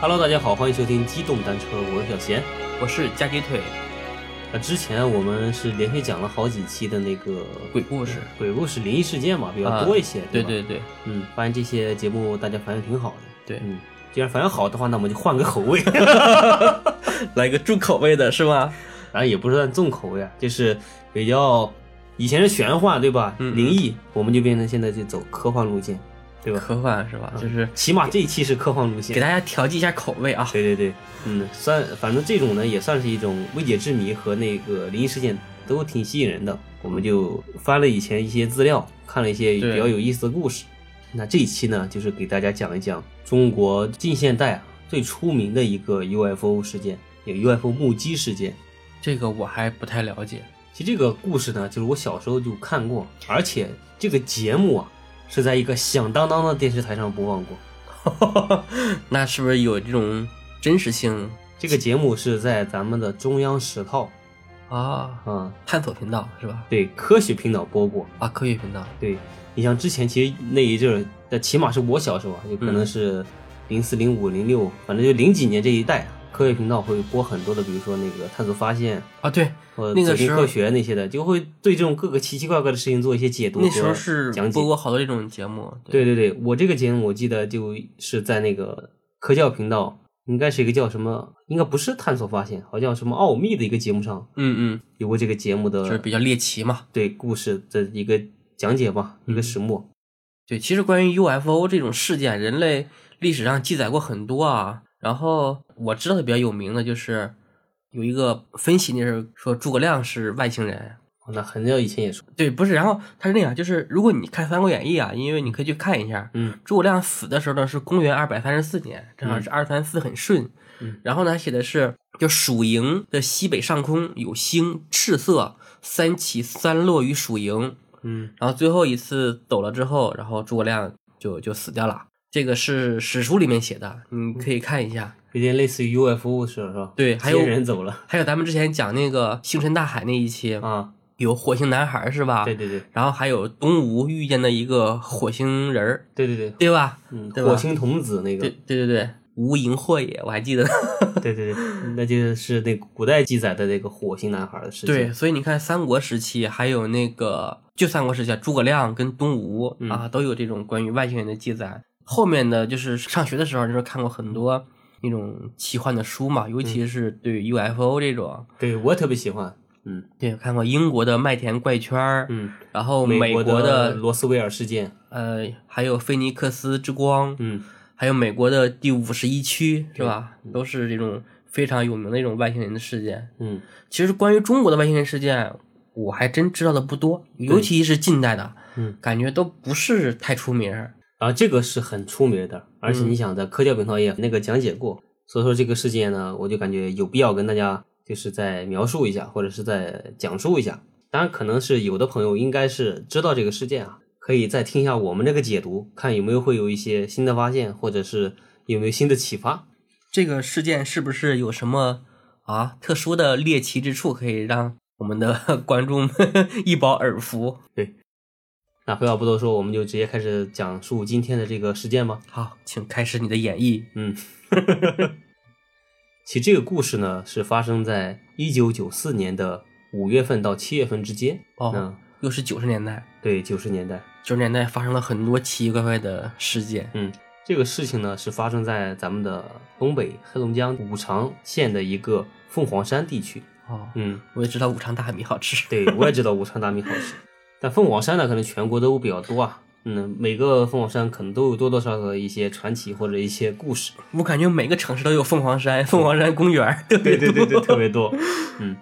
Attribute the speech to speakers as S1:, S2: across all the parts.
S1: Hello，大家好，欢迎收听机动单车，我是小贤。
S2: 我是加鸡腿
S1: 呃，之前我们是连续讲了好几期的那个
S2: 鬼故事，
S1: 鬼故事、灵异事件嘛，比较
S2: 啊
S1: 多一些。
S2: 对
S1: 吧
S2: 对对
S1: 嗯，发现这些节目大家反应挺好的。
S2: 对，
S1: 嗯，既然反应好的话，那我们就换个口味，
S2: 来个重口味的是吗？
S1: 当然也不算重口味啊，就是比较以前是玄幻对吧？
S2: 嗯嗯
S1: 灵异，我们就变成现在就走科幻路线，对吧？
S2: 科幻是吧？就是
S1: 起码这一期是科幻路线
S2: 给。大家调剂一下口味啊。
S1: 对对对，嗯，算，反正这种呢也算是一种未解之谜和那个灵异事件都挺吸引人的。我们就翻了以前一些资料，看了一些
S2: 对
S1: 比较有意思的故事。那这一期呢，就是给大家讲一讲中国近现代啊最出名的一个 UFO 事件，也 UFO 目击事件。
S2: 这个我还不太了解。
S1: 其实这个故事呢，就是我小时候就看过，而且这个节目啊是在一个响当当的电视台上播放过。
S2: 那是不是有这种真实性
S1: 这个节目是在咱们的中央十套
S2: 啊？
S1: 啊、嗯
S2: 探索频道是吧？
S1: 对科学频道播过。
S2: 啊，科学频道
S1: 对你像之前其实那一阵儿，那起码是我小时候啊，就
S2: 嗯
S1: 可能是零四、零五、零六，反正就零几年这一代，啊科学频道会播很多的，比如说那个探索发现
S2: 啊，对，
S1: 或者
S2: 那个
S1: 走进
S2: 时候
S1: 科学那些的，就会对这种各个奇奇怪怪的事情做一些解读
S2: 那
S1: 和
S2: 时候是
S1: 讲解
S2: 播。过好多这种节目。
S1: 对对对，我这个节目我记得就是在那个科教频道，应该是一个叫什么，应该不是探索发现，好像什么奥秘的一个节目上
S2: 嗯
S1: 有过这个节目
S2: 嗯，就是
S1: 的
S2: 比较猎奇嘛。
S1: 对故事的一个讲解吧，
S2: 嗯
S1: 一个始末。
S2: 对，其实关于 UFO 这种事件，人类历史上记载过很多啊。然后我知道的比较有名的就是有一个分析，就是说诸葛亮是外星人。
S1: 哦那很早以前也说。
S2: 对，不是，然后他是那样，就是如果你看《三国演义》啊，因为你可以去看一下，
S1: 嗯，
S2: 诸葛亮死的时候呢是公元二百三十四年，正好是二三四很顺。
S1: 嗯
S2: 然后呢写的是，就蜀营的西北上空有星赤色，三起三落于蜀营，
S1: 嗯
S2: 然后最后一次走了之后，然后诸葛亮就就死掉了。这个是史书里面写的，
S1: 嗯
S2: 你可以看一下。，
S1: 有点类似于 UFO 似的，是吧？
S2: 对还有
S1: 接人走了
S2: 还有咱们之前讲那个星辰大海那一期，
S1: 啊！
S2: 有火星男孩是吧？
S1: 对。对对
S2: 然后还有东吴遇见的一个火星人儿，
S1: 对对对，
S2: 对吧？
S1: 嗯，
S2: 对吧
S1: 火星童子那个
S2: 对，对对对，无银惑也，我还记得。
S1: 对对对，那就是那古代记载的那个火星男孩的事情。
S2: 对，所以你看三国时期，还有那个就三国时期啊，诸葛亮跟东吴、
S1: 嗯
S2: 啊，都有这种关于外星人的记载。后面的就是上学的时候，就是看过很多那种奇幻的书嘛，尤其是对 UFO 这种。
S1: 对，我特别喜欢。嗯
S2: 对，看过英国的麦田怪圈儿，
S1: 嗯，
S2: 然后
S1: 美
S2: 美
S1: 国
S2: 的
S1: 罗斯威尔事件。
S2: 呃，还有菲尼克斯之光，
S1: 嗯，
S2: 还有美国的第五十一区，是
S1: 对
S2: 吧？都是这种非常有名的这种外星人的事件。
S1: 嗯，
S2: 其实关于中国的外星人事件，我还真知道的不多，尤其是近代的，
S1: 嗯，
S2: 感觉都不是太出名儿。
S1: 然后啊这个是很出名的，而且你想在科教频道也那个讲解过，所以说这个事件呢，我就感觉有必要跟大家就是再描述一下，或者是再讲述一下。当然，可能是有的朋友应该是知道这个事件啊，可以再听一下我们这个解读，看有没有会有一些新的发现，或者是有没有新的启发。
S2: 这个事件是不是有什么啊特殊的猎奇之处，可以让我们 的观众一饱耳福？
S1: 那废话不多说，我们就直接开始讲述今天的这个事件吧。
S2: 好，请开始你的演绎。
S1: 嗯，其实这个故事呢，是发生在一九九四年的五月份到七月份之间。
S2: 哦，
S1: 嗯，
S2: 又是九十年代，
S1: 对，九十年代，
S2: 九十年代发生了很多奇奇怪怪的事件。
S1: 嗯，这个事情呢是发生在咱们的东北黑龙江五常县的一个凤凰山地区。
S2: 哦，
S1: 嗯，
S2: 我也知道五常大米好吃。
S1: 对，我也知道五常大米好吃，但凤凰山呢，可能全国都比较多啊。嗯，每个凤凰山可能都有多多少少的一些传奇或者一些故事。
S2: 我感觉每个城市都有凤凰山、凤凰山公园儿，对 不
S1: 对对对对，特
S2: 别
S1: 别多。嗯，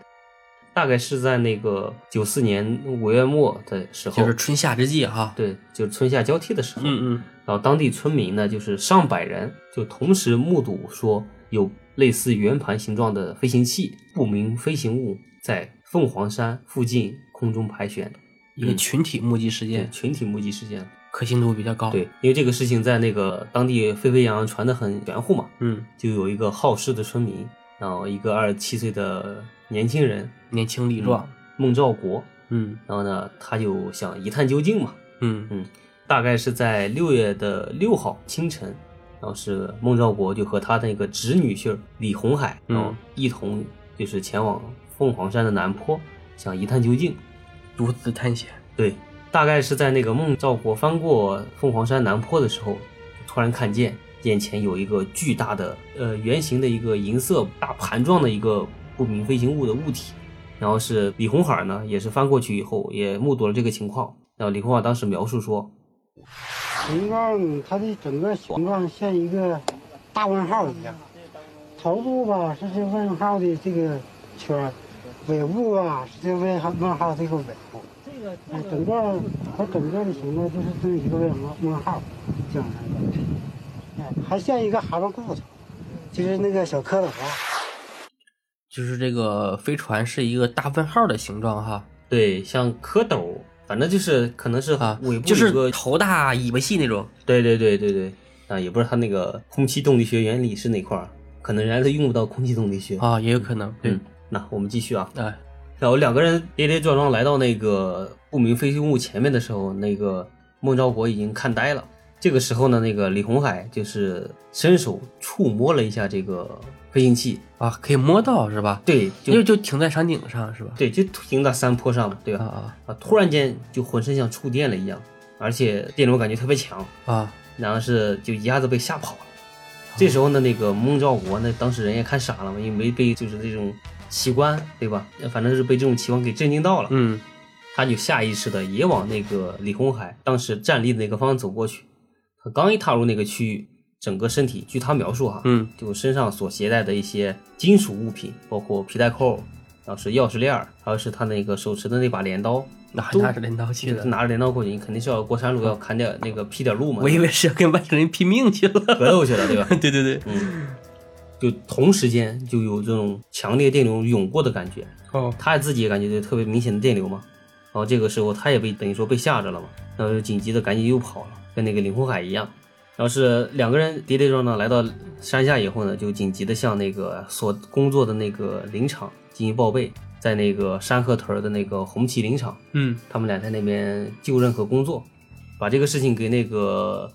S1: 大概是在那个九四年五月末的时候，
S2: 多就是春夏之际哈。
S1: 对，就是春夏交替的时候。
S2: 嗯嗯。
S1: 然后当地村民呢，就是上百人，就同时目睹说有类似圆盘形状的飞行器、不明飞行物在凤凰山附近空中盘旋，
S2: 一个群体目击事
S1: 嗯对
S2: 件，
S1: 群体目击事件。
S2: 可信度比较高。
S1: 对，，因为这个事情在那个当地沸沸扬扬，传得很玄乎嘛，
S2: 嗯，
S1: 就有一个好事的村民，然后一个二十七岁的年轻人
S2: 年轻力壮，
S1: 孟兆国，
S2: 嗯
S1: 然后呢，他就想一探究竟嘛，
S2: 嗯
S1: 大概是在六月的六号清晨，然后是孟兆国就和他那个侄女婿李红海，
S2: 嗯
S1: 然后一同就是前往凤凰山的南坡，想一探究竟。
S2: 独自探险。
S1: 对，大概是在那个孟兆国翻过凤凰山南坡的时候，突然看见眼前有一个巨大的呃圆形的一个银色大盘状的一个不明飞行物的物体，然后是李红海呢也是翻过去以后也目睹了这个情况，然后李红海当时描述说，
S3: 形状，它的整个形状像一个大问号一样，头部吧是这问号的这个圈儿，尾部啊是这问号问号这个尾部，哎，整个它整个的形状就是这么一个问号问号这样的，哎，还像一个蛤蟆骨头，就是那个小蝌蚪啊。
S2: 就是这个飞船是一个大问号的形状哈
S1: 对，像蝌蚪，反正就是可能是
S2: 啊
S1: 尾，部有
S2: 就是
S1: 个
S2: 头大尾巴细那种。
S1: 对对对对对，啊，也不知道他那个空气动力学原理是哪块儿，可能人家都用不到空气动力学。
S2: 啊，也有可能。
S1: 嗯，那我们继续啊。
S2: 哎，
S1: 然后两个人跌跌撞撞来到那个不明飞行物前面的时候，那个孟兆国已经看呆了。这个时候呢，那个李红海就是伸手触摸了一下这个飞行器，
S2: 啊，可以摸到是吧？
S1: 对，
S2: 因为
S1: 就
S2: 就停在山顶上是吧？
S1: 对，就停到山坡上嘛，对
S2: 啊
S1: 吧？
S2: 啊
S1: 啊，突然间就浑身像触电了一样，而且电流感觉特别强，
S2: 啊！
S1: 然后是就一下子被吓跑了。这时候呢，那个孟兆国呢，当事人也看傻了嘛，因为没被就是这种奇观，对吧？呃反正是被这种奇观给震惊到了，
S2: 嗯，
S1: 他就下意识的也往那个李红海当时站立的那个方向走过去。他刚一踏入那个区域，整个身体，据他描述哈，
S2: 嗯，
S1: 就身上所携带的一些金属物品，包括皮带扣，然后是钥匙链儿，还有是他那个手持的那把镰刀，
S2: 那还
S1: 都
S2: 拿着镰刀去
S1: 就是
S2: 的，
S1: 拿着镰刀过去，你肯定是要过山路，要砍点那个劈点路嘛，
S2: 我以为是要跟外星人拼命去 了。
S1: 格斗去了，对吧？
S2: 对对对，
S1: 嗯，就同时间就有这种强烈电流涌过的感觉，
S2: 哦，
S1: 他自己也感觉到特别明显的电流嘛。然后这个时候他也被等于说被吓着了嘛，然后就紧急的赶紧又跑了，跟那个林红海一样。然后是两个人跌跌撞撞来到山下以后呢，就紧急的向那个所工作的那个林场进行报备，在那个山河屯儿的那个红旗林场，
S2: 嗯，
S1: 他们俩在那边就任和工作，把这个事情给那个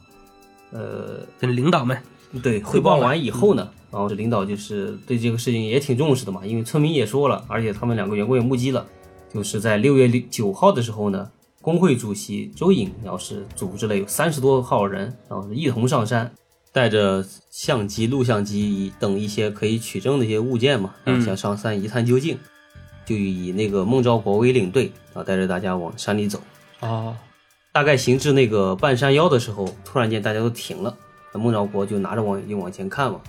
S1: 呃
S2: 跟领导们，
S1: 对，汇报嗯完以后呢，然后这领导就是对这个事情也挺重视的嘛，因为村民也说了，而且他们两个员工也目击了，就是在六月九号的时候呢，工会主席周颖，然后是组织了有三十多号人，然后是一同上山，带着相机、录像机等一些可以取证的一些物件嘛，然后想上山一探究竟，就以那个孟兆国为领队，然后带着大家往山里走。
S2: 哦，
S1: 大概行至那个半山腰的时候，突然间大家都停了。那孟兆国就拿着望远镜往前看嘛，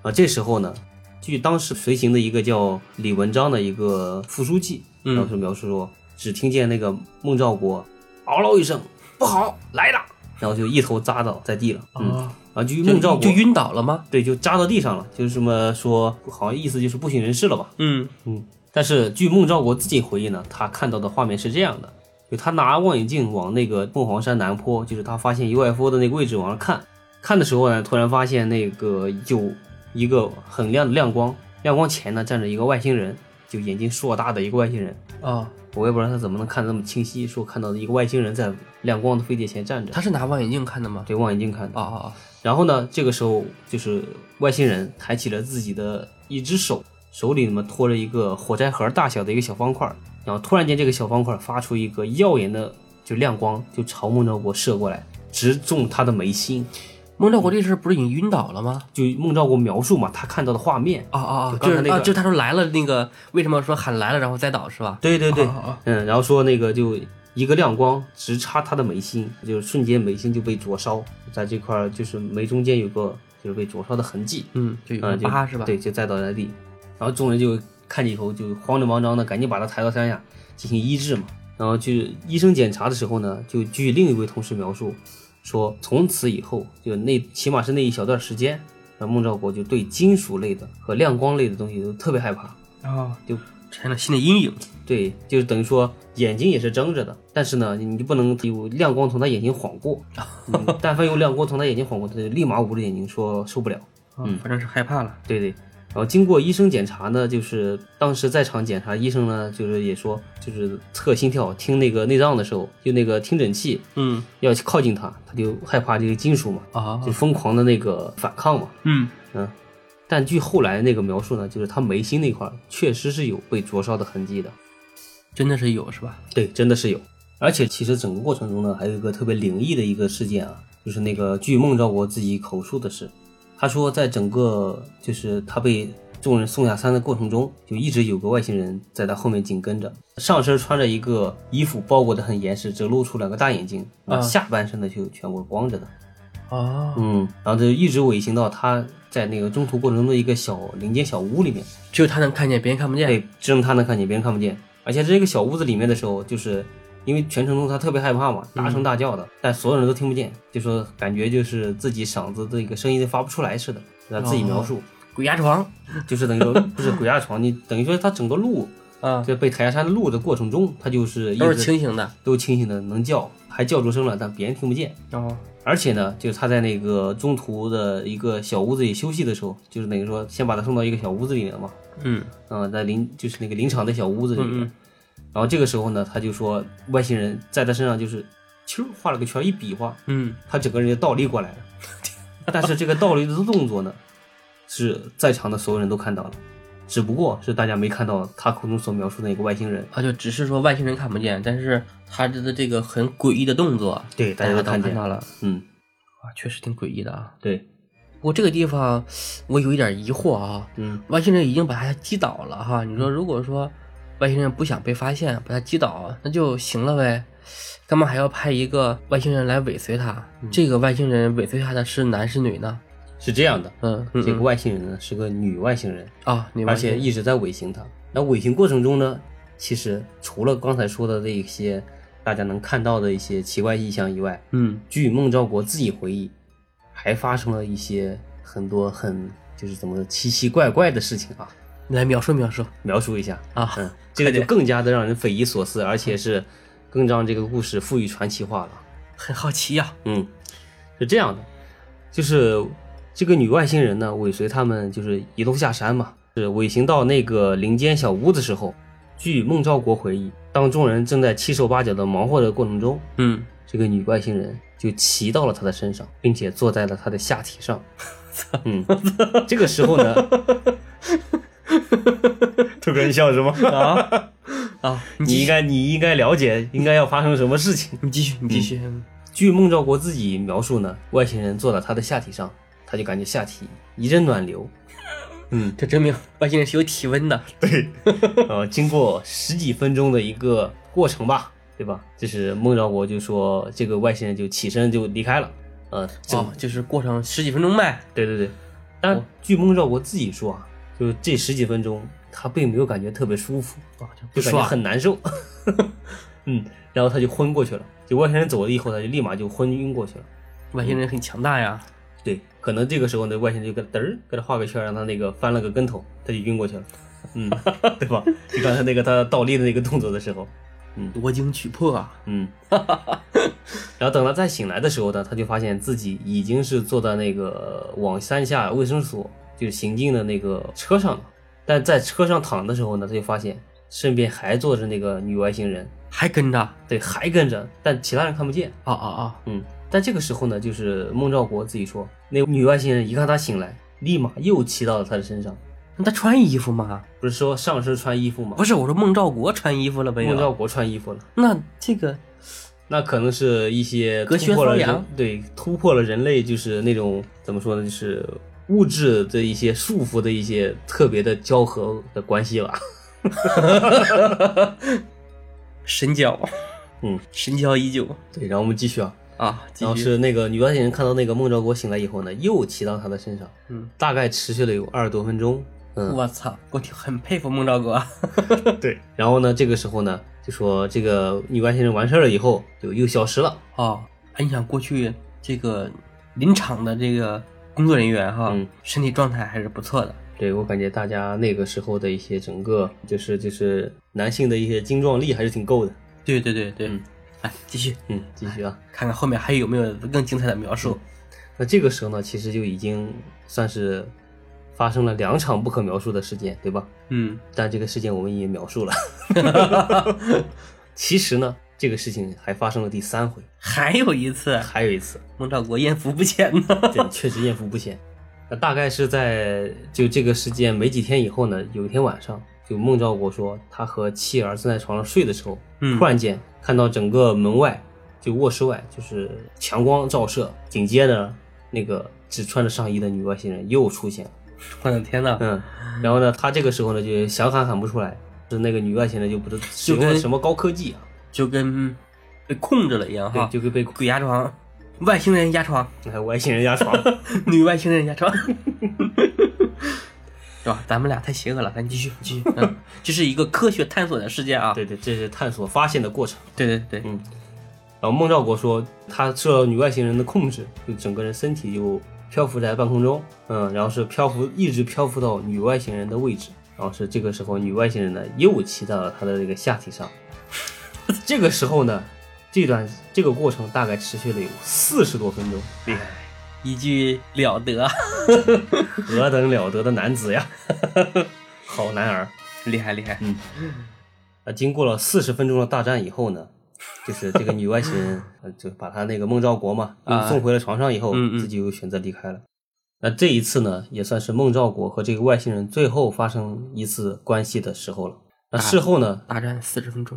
S1: 啊，这时候呢，据当时随行的一个叫李文章的一个副书记，
S2: 嗯
S1: 当时描述说，只听见那个孟兆国嗷唠一声，不好来了，然后就一头扎倒在地了。嗯，
S2: 啊，
S1: 啊，至于
S2: 就
S1: 孟兆国
S2: 就，晕倒了吗？
S1: 对，就扎到地上了，就是什么说，好像意思就是不省人事了吧。
S2: 嗯，
S1: 嗯，但是据孟兆国自己回忆呢，他看到的画面是这样的：就他拿望远镜往那个凤凰山南坡，就是他发现 UFO 的那个位置往上看，看的时候呢，突然发现那个有一个很亮的亮光，亮光前呢站着一个外星人，就眼睛硕大的一个外星人。
S2: 哦，
S1: 我也不知道他怎么能看得那么清晰，说看到一个外星人在亮光的飞碟前站着，
S2: 他是拿望远镜看的吗？
S1: 对望远镜看的。
S2: 哦哦
S1: 然后呢，这个时候就是外星人抬起了自己的一只手，手里呢托着一个火柴盒大小的一个小方块，然后突然间这个小方块发出一个耀眼的就亮光，就朝孟兆国射过来，直中他的眉心。
S2: 哦，孟兆国这时候不是已经晕倒了吗？
S1: 就孟兆国描述嘛，他看到的画面。
S2: 哦哦哦，
S1: 就
S2: 就
S1: 刚才
S2: 是
S1: 那个
S2: 啊，就他说来了那个，为什么说喊来了然后栽倒是吧？
S1: 对对对，
S2: 哦哦
S1: 嗯，然后说那个就一个亮光直插他的眉心，就是瞬间眉心就被灼烧，在这块儿就是眉中间有个就是被灼烧的痕迹。
S2: 嗯，就有
S1: 啊，
S2: 个
S1: 就
S2: 疤是吧？
S1: 对，就栽倒在地。然后众人就看见以后就慌着忙张的赶紧把他抬到山下进行医治嘛。然后去医生检查的时候呢，就据另一位同事描述说，从此以后就那起码是那一小段时间，那孟兆国就对金属类的和亮光类的东西都特别害怕。
S2: 哦，
S1: 就
S2: 产生了新的阴影。
S1: 对，就是等于说眼睛也是睁着的，但是呢，你就不能有亮光从他眼睛晃过。 嗯但凡有亮光从他眼睛晃过，他就立马捂着眼睛说受不了。
S2: 嗯嗯，反正是害怕了。
S1: 对对，然后经过医生检查呢，就是当时在场检查医生呢，就是也说，就是测心跳、听那个内脏的时候，就那个听诊器
S2: 嗯
S1: 要靠近它，他就害怕这个金属嘛，
S2: 啊
S1: 就疯狂的那个反抗嘛，
S2: 嗯
S1: 嗯。但据后来那个描述呢，就是他眉心那块儿确实是有被灼烧的痕迹的，
S2: 真的是有是吧？
S1: 对，真的是有。而且其实整个过程中呢，还有一个特别灵异的一个事件啊，就是那个据孟兆国自己口述的事，他说在整个就是他被众人送下山的过程中，就一直有个外星人在他后面紧跟着，上身穿着一个衣服包裹得很严实，只露出两个大眼睛，
S2: 啊
S1: 那下半身呢就全部光着的。
S2: 啊，
S1: 嗯，然后就一直尾行到他在那个中途过程中的一个小林间小屋里面。
S2: 只有他能看见，别人看不见。
S1: 对，只能他能看见，别人看不见。而且这个小屋子里面的时候，就是因为全程中他特别害怕嘛，大
S2: 嗯
S1: 声大叫的，但所有人都听不见，就说感觉就是自己嗓子这个声音都发不出来似的。他自己描述，
S2: 鬼压床
S1: 就是等于说不是鬼压床，你等于说他整个路
S2: 啊，
S1: 就被抬下山的路的过程中，他就是一
S2: 都是
S1: 直
S2: 清醒的。
S1: 都清醒的能叫，还叫出声了，但别人听不见。
S2: 哦，
S1: 而且呢，就是他在那个中途的一个小屋子里休息的时候，就是等于说先把他送到一个小屋子里面嘛，
S2: 嗯
S1: 嗯，在林就是那个林场的小屋子里面。
S2: 嗯嗯
S1: 然后这个时候呢，他就说外星人在他身上就是咻画了个圈，一比划，
S2: 嗯，
S1: 他整个人就倒立过来了。 但是这个倒立的动作呢，是在场的所有人都看到了，只不过是大家没看到他口中所描述的那个外星人。
S2: 啊，就只是说外星人看不见，但是他的这个很诡异的动作，
S1: 对，大
S2: 大
S1: 家
S2: 家
S1: 都
S2: 都
S1: 看
S2: 看
S1: 见
S2: 到
S1: 了。
S2: 了
S1: 嗯，
S2: 啊，确实挺诡异的啊。
S1: 对，
S2: 不过这个地方我有一点疑惑啊，
S1: 嗯
S2: 外星人已经把他击倒了哈，你说如果说外星人不想被发现，把他击倒，那就行了呗，干嘛还要派一个外星人来尾随他？这个外星人尾随他的是男是女呢？
S1: 是这样的。
S2: 嗯，嗯
S1: 这个外星人呢是个女外星人，
S2: 嗯啊，女
S1: 而
S2: 外星
S1: 且
S2: 人
S1: 一直在尾行他。那尾行过程中呢，其实除了刚才说的那些大家能看到的一些奇怪异象以外，
S2: 嗯
S1: 据孟兆国自己回忆，还发生了一些很多很就是怎么说奇奇怪怪的事情啊，
S2: 来描述描述
S1: 描述一下。
S2: 啊，
S1: 嗯，这个就更加的让人匪夷所思，而且是更让这个故事赋予传奇化了。
S2: 很好奇呀、
S1: 嗯，是这样的，就是这个女外星人呢，尾随他们就是一路下山嘛，是尾行到那个林间小屋的时候，据孟兆国回忆，当众人正在七手八脚的忙活的过程中，
S2: 嗯，
S1: 这个女外星人就骑到了他的身上，并且坐在了他的下体上。嗯，这个时候呢，突然笑什么？
S2: 啊，
S1: 你应该你应该了解应该要发生什么事情。
S2: 你继续，你继续，嗯
S1: 据孟兆国自己描述呢，外星人坐到他的下体上，他就感觉下体一阵暖流。嗯，
S2: 这证明外星人是有体温的。
S1: 呃，经过十几分钟的一个过程吧，对吧？就是孟兆国就说这个外星人就起身就离开了。呃，这
S2: 哦，就是过程十几分钟呗。
S1: 对对对，但据孟兆国自己说啊，就是这十几分钟他并没有感觉特别舒服，
S2: 啊，
S1: 就
S2: 就不
S1: 感觉
S2: 爽
S1: 很难受。 嗯，然后他就昏过去了。就外星人走了以后，他就立马就昏晕过去了。
S2: 外星人很强大呀。
S1: 对，可能这个时候呢，外星人就给他嘚儿给他画个圈儿，让他那个翻了个跟头，他就晕过去了。嗯，对吧？就刚才那个他倒立的那个动作的时候，
S2: 夺经取魄啊！
S1: 嗯，然后等他再醒来的时候呢，他就发现自己已经是坐在那个往山下卫生所就是行进的那个车上了。但在车上躺的时候呢，他就发现身边还坐着那个女外星人，
S2: 还跟着，
S1: 对，还跟着，但其他人看不见。
S2: 啊啊啊！
S1: 嗯，但这个时候呢，就是孟兆国自己说，那女外星人一看他醒来，立马又骑到了他的身上。
S2: 那他穿衣服吗？
S1: 不是说上身穿衣服吗
S2: 不？是，我说孟兆国穿衣服了没有？啊
S1: 孟兆国穿衣服了。
S2: 那这个
S1: 那可能是一些
S2: 隔靴
S1: 突破了
S2: 搔痒
S1: 人对突破了人类就是那种怎么说呢，就是物质的一些束缚的一些特别的交合的关系吧。
S2: 神交，
S1: 嗯，
S2: 神交已久
S1: 对，然后我们继续啊，
S2: 啊！继
S1: 然后
S2: 续，
S1: 是那个女外星人看到那个孟兆国醒来以后呢，又骑到他的身上，
S2: 嗯，
S1: 大概持续了有二十多分钟，嗯，
S2: 我操，我挺很佩服孟兆国。啊
S1: 对，然后呢，这个时候呢，就说这个女外星人完事儿了以后，就又消失了，
S2: 哦，哎，你想过去这个林场的这个工作人员哈，
S1: 嗯
S2: 身体状态还是不错的。
S1: 对我感觉大家那个时候的一些整个就是就是男性的一些精壮力还是挺够的，
S2: 对对对对，
S1: 嗯
S2: 哎，继续
S1: 嗯，继续啊。
S2: 看看后面还有没有更精彩的描述。
S1: 那这个时候呢，其实就已经算是发生了两场不可描述的事件，对吧？
S2: 嗯
S1: 但这个事件我们也描述了。 其实呢，这个事情还发生了第三回，
S2: 还有一次，
S1: 还有一次，
S2: 孟兆国艳福不浅呢。
S1: 对，确实艳福不浅。那大概是在就这个事件没几天以后呢，有一天晚上，就孟兆国说他和妻儿正在床上睡的时候，
S2: 嗯
S1: 突然间看到整个门外就卧室外就是强光照射，紧接着那个只穿着上衣的女外星人又出现了。
S2: 我的天呐，
S1: 嗯，然后呢，他这个时候呢就想喊喊不出来，是那个女外星人就不知使用了
S2: 跟
S1: 什么高科技啊，
S2: 就跟被控制了一样哈，
S1: 对，就被
S2: 鬼压床，外星人压床，
S1: 哎 外星人压 床。
S2: 女外星人压床， 是吧？咱们俩太邪恶了，咱继续继续，嗯，这是一个科学探索的世界啊，
S1: 对对，这是探索发现的过程。
S2: 对对对，
S1: 然后孟兆国说，他受到女外星人的控制，就整个人身体就漂浮在半空中，嗯，然后是漂浮，一直漂浮到女外星人的位置，然后是这个时候女外星人呢又骑到了他的这个下体上， 这个时候呢，这段这个过程大概持续了有四十多分钟， 厉害，
S2: 一句了得，啊
S1: 何等了得的男子呀， 好男儿。
S2: 厉害厉害，
S1: 啊，经过了四十分钟的大战以后呢，就是这个女外星人呃就把她那个孟兆国嘛
S2: 啊
S1: 又送回了床上以后，
S2: 嗯嗯
S1: 自己又选择离开了。那这一次呢，也算是孟兆国和这个外星人最后发生一次关系的时候了。那事后呢，
S2: 大战四十分钟，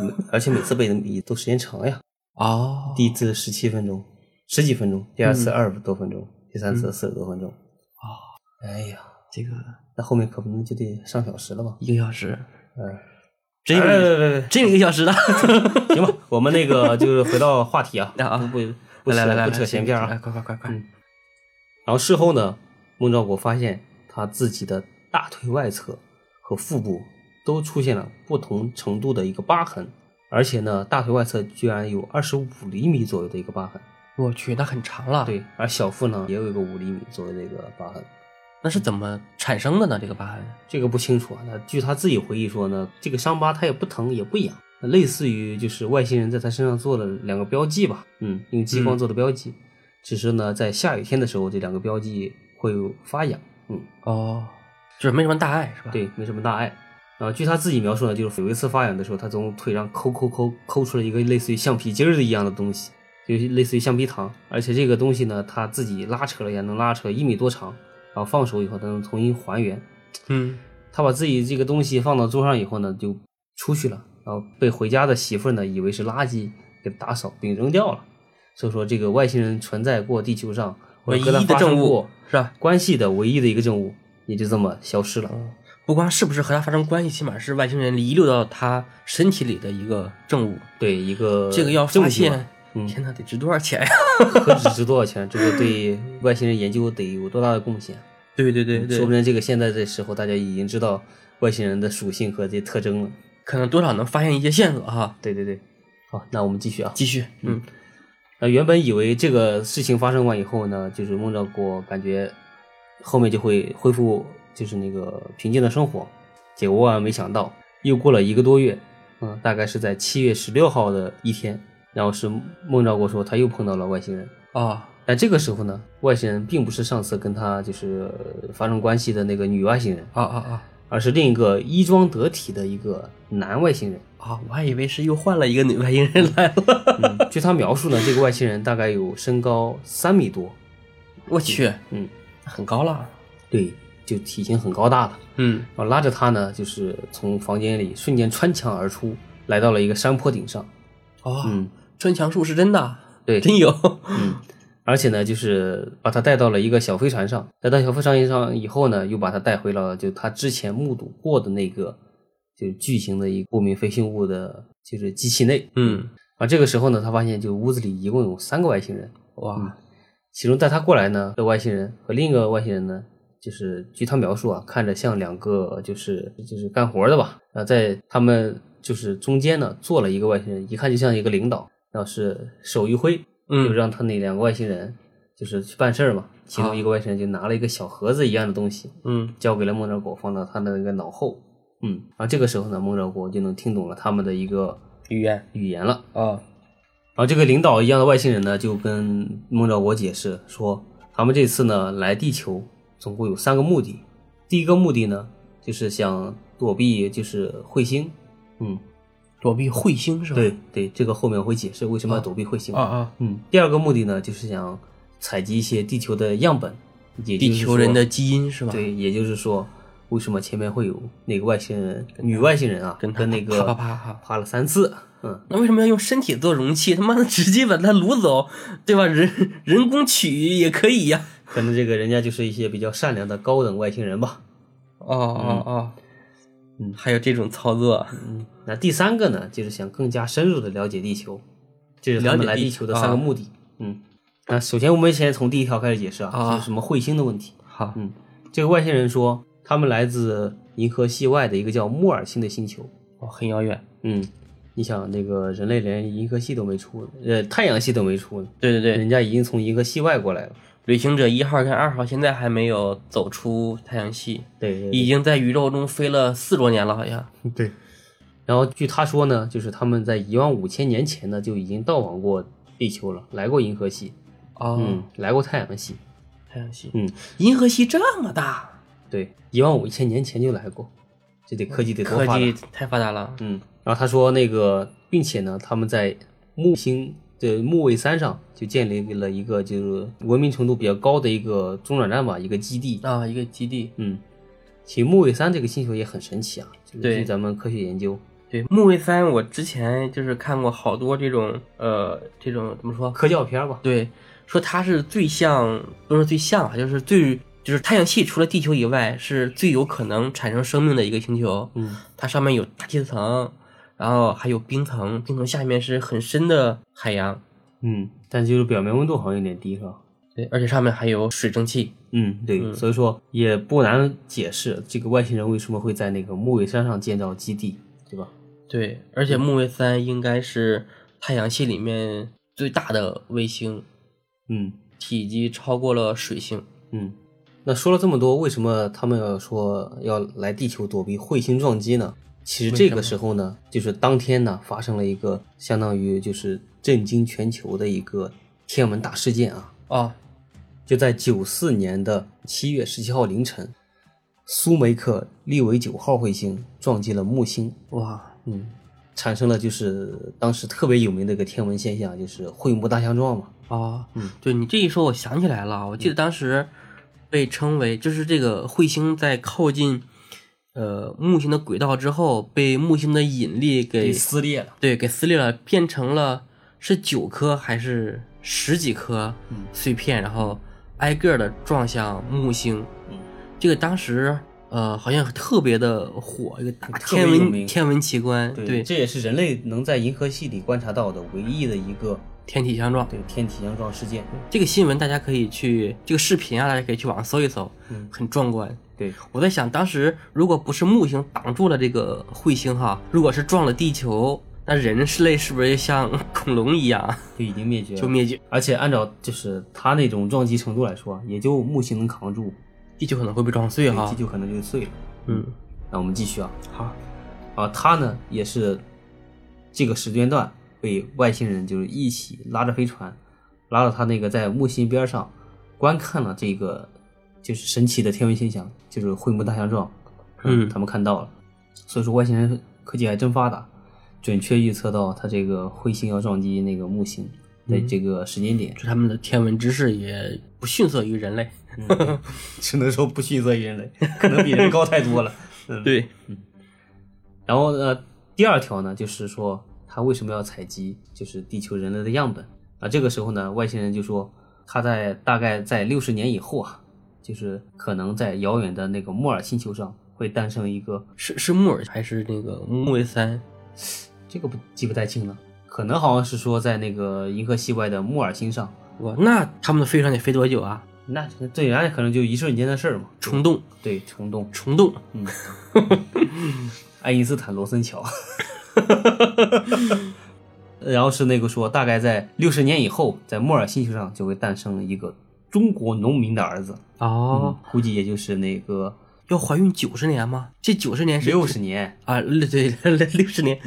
S1: 嗯而且每次被你都时间长呀，
S2: 哦
S1: 第一次十七分钟，十几分钟，第二次
S2: 嗯
S1: 二十多分钟，第三次
S2: 嗯
S1: 四十多分钟。
S2: 哦，
S1: 哎呀，
S2: 这个
S1: 那后面可不能就得上小时了吧？
S2: 一个小时，
S1: 嗯，
S2: 真有
S1: 哎
S2: 一
S1: 别别别
S2: 真有一个小时了，，
S1: 行吧，我们那个就是回到话题啊
S2: 啊啊
S1: 不不不扯
S2: 来来来，
S1: 不扯闲篇啊。
S2: 快快快快，
S1: 嗯然后事后呢，孟兆国发现他自己的大腿外侧和腹部都出现了不同程度的一个疤痕，而且呢，大腿外侧居然有二十五厘米左右的一个疤痕，
S2: 我去，那很长了，，
S1: 啊对，而小腹呢也有一个五厘米左右的一个疤痕。
S2: 那是怎么产生的呢？这个疤痕，
S1: 这个不清楚啊。那据他自己回忆说呢，这个伤疤他也不疼也不痒，类似于就是外星人在他身上做了两个标记吧，嗯，用激光做的标记。只是呢，在下雨天的时候，这两个标记会发痒，嗯，
S2: 哦，就是没什么大碍是吧？，
S1: 对，没什么大碍。然后据他自己描述呢，就是有一次发痒的时候，他从腿上抠抠抠抠出了一个类似于橡皮筋儿的一样的东西，就是类似于橡皮糖，而且这个东西呢，他自己拉扯了也能拉扯一米多长，然后放手以后，它能重新还原。
S2: 嗯，
S1: 他把自己这个东西放到桌上以后呢，就出去了，然后被回家的媳妇儿呢以为是垃圾给打扫并扔掉了。所以说，这个外星人存在过地球上
S2: 唯一
S1: 和它
S2: 的
S1: 发
S2: 证
S1: 生
S2: 物
S1: 过
S2: 是吧？
S1: 关系的唯一的一个证物，也就这么消失了。
S2: 嗯不光是不是和他发生关系，起码是外星人遗留到他身体里的一个证物。呃
S1: 对，一个
S2: 这个要
S1: 证
S2: 发
S1: 据吧
S2: 现，天哪，得值多少钱 呀、
S1: 何止值多少钱？这个对外星人研究得有多大的贡献？
S2: 对对 对
S1: 说不
S2: 对，
S1: 定这个现在这时候大家已经知道外星人的属性和这特征了。
S2: 可能多少能发现一些线索哈。
S1: 对对对，好，那我们继续啊。
S2: 继续，嗯，
S1: 那呃原本以为这个事情发生完以后呢，就是孟兆国感觉后面就会恢复就是那个平静的生活，结果万万没想到，又过了一个多月，嗯，大概是在七月十六号的一天，然后是孟兆国说他又碰到了外星人，
S2: 哦，
S1: 但这个时候呢，外星人并不是上次跟他就是呃发生关系的那个女外星人，
S2: 啊啊啊
S1: 而是另一个衣装得体的一个男外星人。
S2: 啊！我还以为是又换了一个女外星人来了。
S1: 嗯，据他描述呢，这个外星人大概有身高三米多，
S2: 我去，
S1: 嗯，
S2: 很高了。
S1: 对，就体型很高大的。
S2: 嗯，
S1: 然后拉着他呢，就是从房间里瞬间穿墙而出，来到了一个山坡顶上。
S2: 哦，
S1: 嗯，
S2: 穿墙术是真的，
S1: 对，
S2: 真有。
S1: 嗯，而且呢，就是把他带到了一个小飞船上，带到小飞船上以后呢，又把他带回了就他之前目睹过的那个就是巨型的一个不明飞行物的，就是机器内。
S2: 嗯，
S1: 啊，这个时候呢，他发现就屋子里一共有三个外星人，
S2: 哇，
S1: 其中带他过来呢的外星人和另一个外星人呢，就是据他描述啊，看着像两个就是就是干活的吧，啊，在他们就是中间呢坐了一个外星人，一看就像一个领导，然后是手一挥，
S2: 嗯
S1: 就让他那两个外星人就是去办事儿嘛，其中一个外星人就拿了一个小盒子一样的东西，
S2: 嗯，
S1: 交给了孟兆国，放到他的那个脑后，嗯，然后这个时候呢，孟兆国就能听懂了他们的一个
S2: 语言
S1: 语言了。
S2: 啊，
S1: 然后这个领导一样的外星人呢，就跟孟兆国解释说，他们这次呢来地球总共有三个目的。第一个目的呢，就是想躲避就是彗星，嗯，
S2: 躲避彗星是吧？
S1: 对对，这个后面我会解释为什么要躲避彗星。
S2: 啊啊，
S1: 嗯，第二个目的呢，就是想采集一些地球的样本，也就是
S2: 地球人的基因是吧？
S1: 说对，也就是说，为什么前面会有那个外星人、女外星人啊，
S2: 跟
S1: 跟
S2: 他
S1: 那个
S2: 啪啪啪啪
S1: 啪了三次，嗯，
S2: 那为什么要用身体做容器？他妈的，直接把它掳走，对吧？人人工取也可以呀、
S1: 可能这个人家就是一些比较善良的高等外星人吧。
S2: 哦哦哦，
S1: 嗯
S2: 还有这种操作，
S1: 嗯，那第三个呢，就是想更加深入的了解地球，这是他们来地球的三个目的。嗯，那首先我们先从第一条开始解释啊，
S2: 啊
S1: 就是什么彗星的问题。
S2: 好，
S1: 嗯，这个外星人说他们来自银河系外的一个叫木耳星的星球。
S2: 哦，很遥远，
S1: 嗯，你想这个人类连银河系都没出，呃，太阳系都没出呢，
S2: 对对对，
S1: 人家已经从银河系外过来了。
S2: 旅行者一号跟二号现在还没有走出太阳系，
S1: 对对
S2: 已
S1: 对
S2: 经在宇宙中飞了四多年了，好像。
S1: 对。然后据他说呢，就是他们在一万五千年前呢就已经到访过地球了，来过银河系，
S2: 哦，
S1: 嗯，来过太阳系。
S2: 太阳系，
S1: 嗯，
S2: 银河系这么大，
S1: 对，一万五千年前就来过，这得科技得多
S2: 科
S1: 发达
S2: 技太发达了。
S1: 嗯，然后他说那个，并且呢，他们在木星的木卫三上就建立了一个就是文明程度比较高的一个中转站吧，一个基地。
S2: 啊，一个基地，
S1: 嗯，其实木卫三这个星球也很神奇啊，就是
S2: 对
S1: 据咱们科学研究，
S2: 对木卫三，我之前就是看过好多这种呃这种怎么说
S1: 科教片儿吧，
S2: 对，说它是最像，不是最像啊，就是最就是太阳系除了地球以外，是最有可能产生生命的一个星球。
S1: 嗯，
S2: 它上面有大气层，然后还有冰层，冰层下面是很深的海洋，
S1: 嗯，但就是表面温度好像有点低，是吧？
S2: 对，而且上面还有水蒸气。
S1: 嗯，对，
S2: 嗯
S1: 所以说也不难解释这个外星人为什么会在那个木卫山上建造基地，对吧？
S2: 对，而且木卫三应该是太阳系里面最大的卫星，
S1: 嗯，
S2: 体积超过了水星。
S1: 嗯，那说了这么多，为什么他们要说要来地球躲避彗星撞击呢？其实这个时候呢，就是当天呢发生了一个相当于就是震惊全球的一个天安门大事件啊，
S2: 哦，
S1: 就在九四年的七月十七号凌晨，苏梅克利维九号彗星撞击了木星，
S2: 哇，
S1: 嗯，产生了就是当时特别有名的一个天文现象，就是彗木大相撞嘛，
S2: 哦，
S1: 嗯，
S2: 对你这一说，我想起来了，我记得当时被称为就是这个彗星在靠近呃木星的轨道之后，被木星的引力给
S1: 撕裂了，
S2: 对给撕裂了，变成了是九颗还是十几颗
S1: 嗯
S2: 碎片，然后挨个的撞向木星。
S1: 嗯，
S2: 这个当时呃好像特别的火，一个大
S1: 特别
S2: 天
S1: 有
S2: 文
S1: 名
S2: 天文奇观，
S1: 对，
S2: 对
S1: 这也是人类能在银河系里观察到的唯一的一个
S2: 天体相撞。
S1: 对天体相撞事件。
S2: 这个新闻大家可以去这个视频啊，大家可以去网上搜一搜，
S1: 嗯
S2: 很壮观。
S1: 对，
S2: 我在想，当时如果不是木星挡住了这个彗星哈，如果是撞了地球，那人类是不是像 恐龙一样
S1: 就已经灭绝了，
S2: 就灭绝？
S1: 而且按照就是它那种撞击程度来说，啊也就木星能扛住，
S2: 地球可能会被撞碎
S1: 对，
S2: 哈
S1: 地。球可能就碎了。
S2: 嗯，
S1: 那我们继续啊，
S2: 好，
S1: 啊，它呢也是这个时间段被外星人就是一起拉着飞船，拉到它那个在木星边上观看了这个就是神奇的天文现象，就是彗木大相撞。
S2: 嗯
S1: 他们看到了，所以说外星人科技还真发达，准确预测到它这个彗星要撞击那个木星的
S2: 嗯
S1: 这个时间点，
S2: 就他们的天文知识也不逊色于人类。嗯
S1: 只能说不逊色于人类，可能比人高太多了。
S2: 对，
S1: 然后呢，第二条呢，就是说他为什么要采集就是地球人类的样本啊？这个时候呢，外星人就说他在大概在六十年以后啊，就是可能在遥远的那个莫尔星球上会诞生一个，
S2: 是是木耳还是那个木卫三？
S1: 这个不记不太清了，可能好像是说在那个银河系外的莫尔星上，
S2: 哇，那他们的飞船得飞多久啊？
S1: 那对人家可能就一瞬间的事儿嘛，
S2: 虫洞，
S1: 对虫洞，
S2: 虫洞，
S1: 嗯， 爱因斯坦罗森桥， 然后是那个说，大概在六十年以后，在莫尔星球上就会诞生一个中国农民的儿子，
S2: 哦，
S1: 嗯，估计也就是那个
S2: 要怀孕九十年吗？这九十年是
S1: 六十年，嗯
S2: 啊，六对 六十年。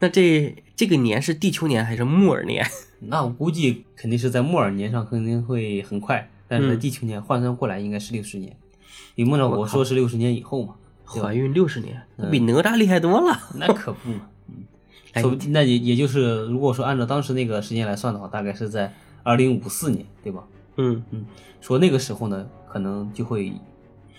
S2: 那这这个年是地球年还是木耳年？
S1: 那我估计肯定是在莫尔年上肯定会很快但是在地球年换算过来应该是六十年。你梦嗯着我说是六十年以后嘛？对吧嗯
S2: 怀孕六十年，那比哪吒厉害多了。
S1: 那可不 嘛，
S2: 哎
S1: 说不定那也也就是，如果说按照当时那个时间来算的话，大概是在二零五四年，对吧？
S2: 嗯，
S1: 说那个时候呢，可能就会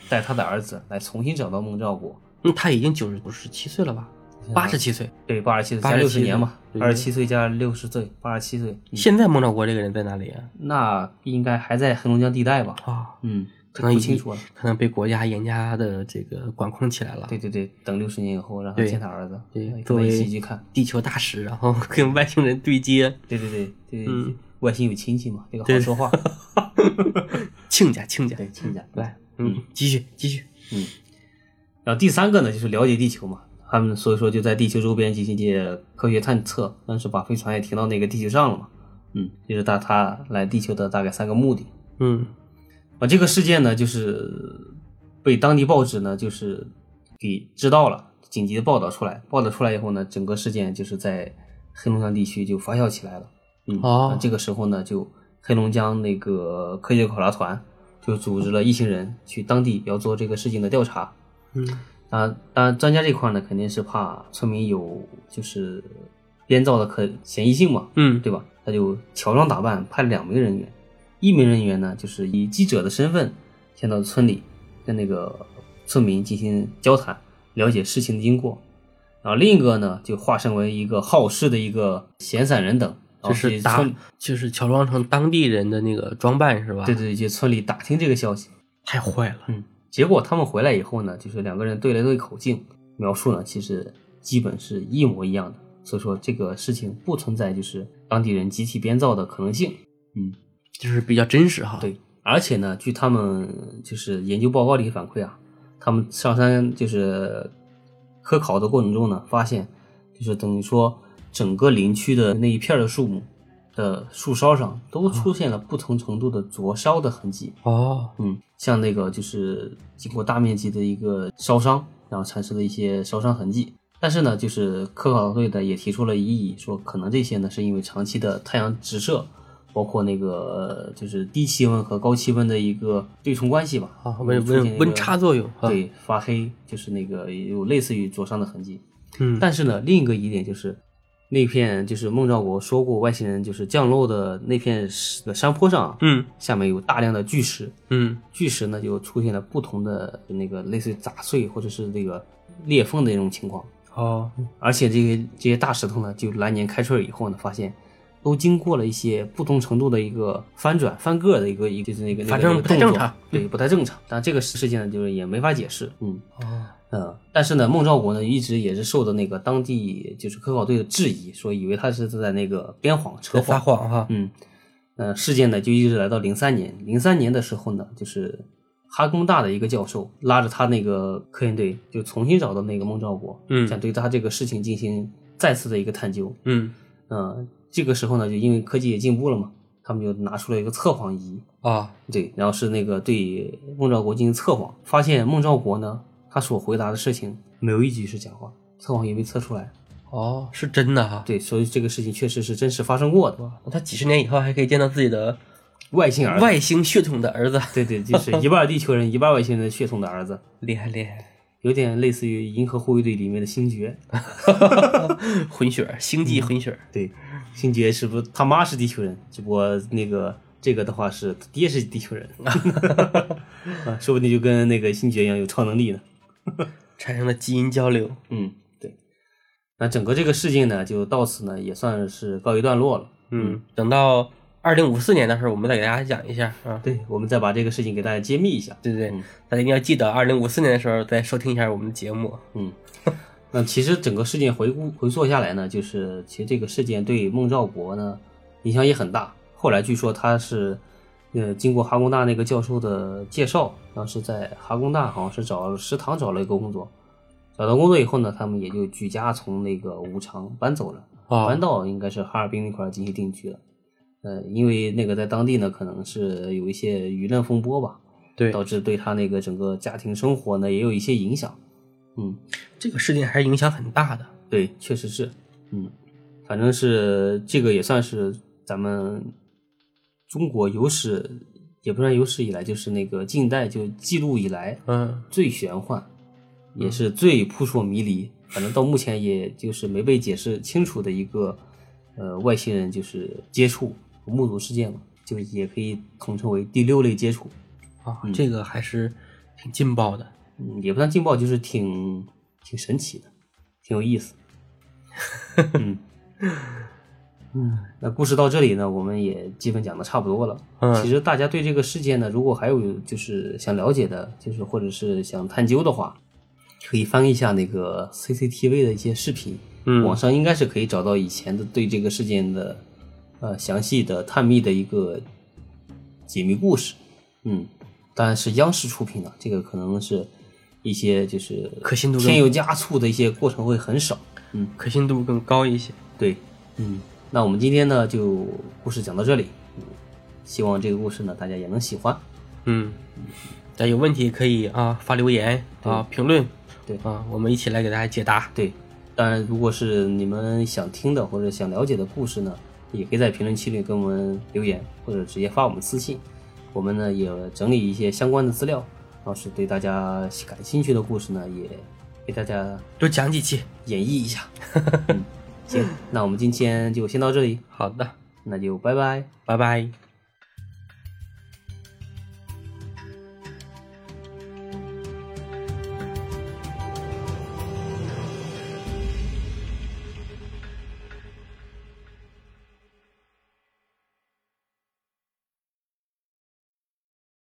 S1: 带他的儿子来重新找到孟兆国，
S2: 那他已经九十九十七岁了吧？八十七岁。
S1: 对，八十七岁加
S2: 87
S1: 六十年嘛，
S2: 对
S1: 二十七岁加六十岁，八十七岁，
S2: 现在孟兆国这个人在哪里啊？
S1: 那应该还在黑龙江地带吧？
S2: 啊，
S1: 嗯，
S2: 可能已
S1: 不
S2: 经
S1: 清楚了。
S2: 可能被国家严加的这个管控起来了。
S1: 对哎对对，等六十年以后让他
S2: 对
S1: 见他儿子，
S2: 对
S1: 跟
S2: 作
S1: 他
S2: 为
S1: 一起去看。
S2: 地球大使，然后跟外星人对接，
S1: 对对对对，
S2: 嗯
S1: 外星有亲戚嘛，这个好
S2: 对
S1: 说话。
S2: 亲家亲家，
S1: 对，亲家。
S2: 来，嗯，继续继续，
S1: 然后第三个呢，就是了解地球嘛。他们所以说就在地球周边进行一些科学探测，但是把飞船也停到那个地球上了嘛。嗯，就是大他来地球的大概三个目的。
S2: 嗯
S1: 啊，这个事件呢，就是被当地报纸呢，就是给知道了，紧急的报道出来。报道出来以后呢，整个事件就是在黑龙江地区就发酵起来了。嗯，
S2: 哦
S1: 啊这个时候呢，就黑龙江那个科学考察团就组织了一行人去当地要做这个事情的调查。
S2: 嗯
S1: 啊，当然专家这块呢，肯定是怕村民有就是编造的可嫌疑性嘛，
S2: 嗯，
S1: 对吧？他就乔装打扮，派了两名人员，一名人员呢就是以记者的身份先到村里跟那个村民进行交谈，了解事情的经过。然后另一个呢，就化身为一个好事的一个闲散人等，然
S2: 就
S1: 后
S2: 是
S1: 去
S2: 打
S1: 村，
S2: 就是乔装成当地人的那个装扮是吧？
S1: 对，对，去村里打听这个消息。
S2: 太坏了，
S1: 嗯，结果他们回来以后呢，就是两个人对了对口径，描述呢其实基本是一模一样的，所以说这个事情不存在就是当地人集体编造的可能性。嗯，
S2: 就是比较真实哈。，
S1: 对，而且呢，据他们就是研究报告里反馈啊，他们上山就是科考的过程中呢，发现就是等于说整个林区的那一片儿的树木的树梢上都出现了不同程度的灼烧的痕迹。
S2: 哦，
S1: 嗯，像那个就是经过大面积的一个烧伤，然后产生的一些烧伤痕迹。但是呢，就是科考队的也提出了异议，说可能这些呢是因为长期的太阳直射，包括那个呃就是低气温和高气温的一个对冲关系吧，
S2: 啊温
S1: 出现
S2: 温
S1: 一个
S2: 温差作用啊，
S1: 对发黑，就是那个有类似于灼伤的痕迹。
S2: 嗯，
S1: 但是呢，另一个疑点就是，那片就是孟兆国说过外星人就是降落的那片山山坡上啊，
S2: 嗯
S1: 下面有大量的巨石，
S2: 嗯
S1: 巨石呢就出现了不同的那个类似于砸碎或者是那个裂缝的那种情况，
S2: 哦，
S1: 而且这些这些大石头呢，就来年开春以后呢，发现都经过了一些不同程度的一个翻转、翻个的一个一个就是那个
S2: 反正
S1: 那个
S2: 不太
S1: 动作
S2: 正常嗯
S1: 对，不太正常。但这个事情呢，就是也没法解释，嗯
S2: 哦，
S1: 呃，但是呢，孟兆国呢一直也是受到那个当地就是科考队的质疑，说以为他是在那个编谎、扯
S2: 在
S1: 谎
S2: 撒，谎哈，
S1: 嗯，呃，事件呢就一直来到零三年。零三年的时候呢，就是哈工大的一个教授拉着他那个科研队，就重新找到那个孟兆国，
S2: 嗯
S1: 想对他这个事情进行再次的一个探究。
S2: 嗯
S1: 呃，这个时候呢，就因为科技也进步了嘛，他们就拿出了一个测谎仪，
S2: 啊，
S1: 对，然后是那个对孟兆国进行测谎，发现孟兆国呢，他所回答的事情没有一句是假话，测谎仪没测出来。
S2: 哦，是真的哈。
S1: 对，所以这个事情确实是真实发生过的。
S2: 那他几十年以后还可以见到自己的
S1: 外星儿子
S2: 外星血统的儿子，
S1: 对对，就是一半儿地球人，一半儿外星人的血统的儿子，
S2: 厉害厉害。
S1: 有点类似于《银河护卫队》里面的星爵。
S2: 混血儿，星际混血儿，
S1: 对，星爵是不是他妈是地球人？只不过那个这个的话是他爹是地球人，啊，说不定就跟那个星爵一样有超能力呢。
S2: 产生了基因交流。
S1: 嗯，对。那整个这个事件呢，就到此呢也算是告一段落了。
S2: 嗯，等到二零五四年的时候，我们再给大家讲一下啊。
S1: 对，我们再把这个事情给大家揭秘一下。
S2: 对对，
S1: 嗯
S2: 大家一定要记得二零五四年的时候再收听一下我们的节目。啊
S1: 嗯，那其实整个事件回顾回溯下来呢，就是其实这个事件对孟兆国呢影响也很大。后来据说他是，呃，经过哈工大那个教授的介绍，当时在哈工大好像是找食堂找了一个工作，找到工作以后呢，他们也就举家从那个武昌搬走了，
S2: 哦
S1: 搬到应该是哈尔滨那块儿进行定居了。呃，因为那个在当地呢，可能是有一些舆论风波吧，
S2: 对
S1: 导致对他那个整个家庭生活呢也有一些影响。嗯，
S2: 这个事件还是影响很大的。
S1: 对，确实是，嗯，反正是这个也算是咱们中国有史也不算有史以来，就是那个近代就记录以来
S2: 嗯
S1: 最玄幻，也是最扑朔迷离，反正到目前也就是没被解释清楚的一个呃外星人就是接触目睹事件嘛，就也可以统称为第六类接触。
S2: 啊，这个还是挺劲爆的。
S1: 嗯，也不算劲爆，就是挺挺神奇的，挺有意思。嗯 嗯，那故事到这里呢，我们也基本讲的差不多了。
S2: 嗯
S1: 其实大家对这个事件呢，如果还有就是想了解的，就是或者是想探究的话，可以翻一下那个 CCTV 的一些视频，
S2: 嗯
S1: 网上应该是可以找到以前的对这个事件的呃详细的探秘的一个解密故事。嗯，当然是央视出品的，这个可能是一些就是
S2: 可信度更
S1: 添油加醋的一些过程会很少。嗯，
S2: 可信度更高一些。
S1: 对，嗯，那我们今天呢就故事讲到这里，嗯，希望这个故事呢大家也能喜欢。
S2: 嗯，大家有问题可以啊发留言啊评论，
S1: 对
S2: 啊，我们一起来给大家解答。
S1: 对，当然如果是你们想听的或者想了解的故事呢，也可以在评论区里跟我们留言，或者直接发我们私信。我们呢也整理一些相关的资料，要是对大家感兴趣的故事呢，也给大家
S2: 多讲几期。
S1: 演绎一下。 嗯，行，那我们今天就先到这里，
S2: 好的，
S1: 那就拜拜。
S2: 拜拜。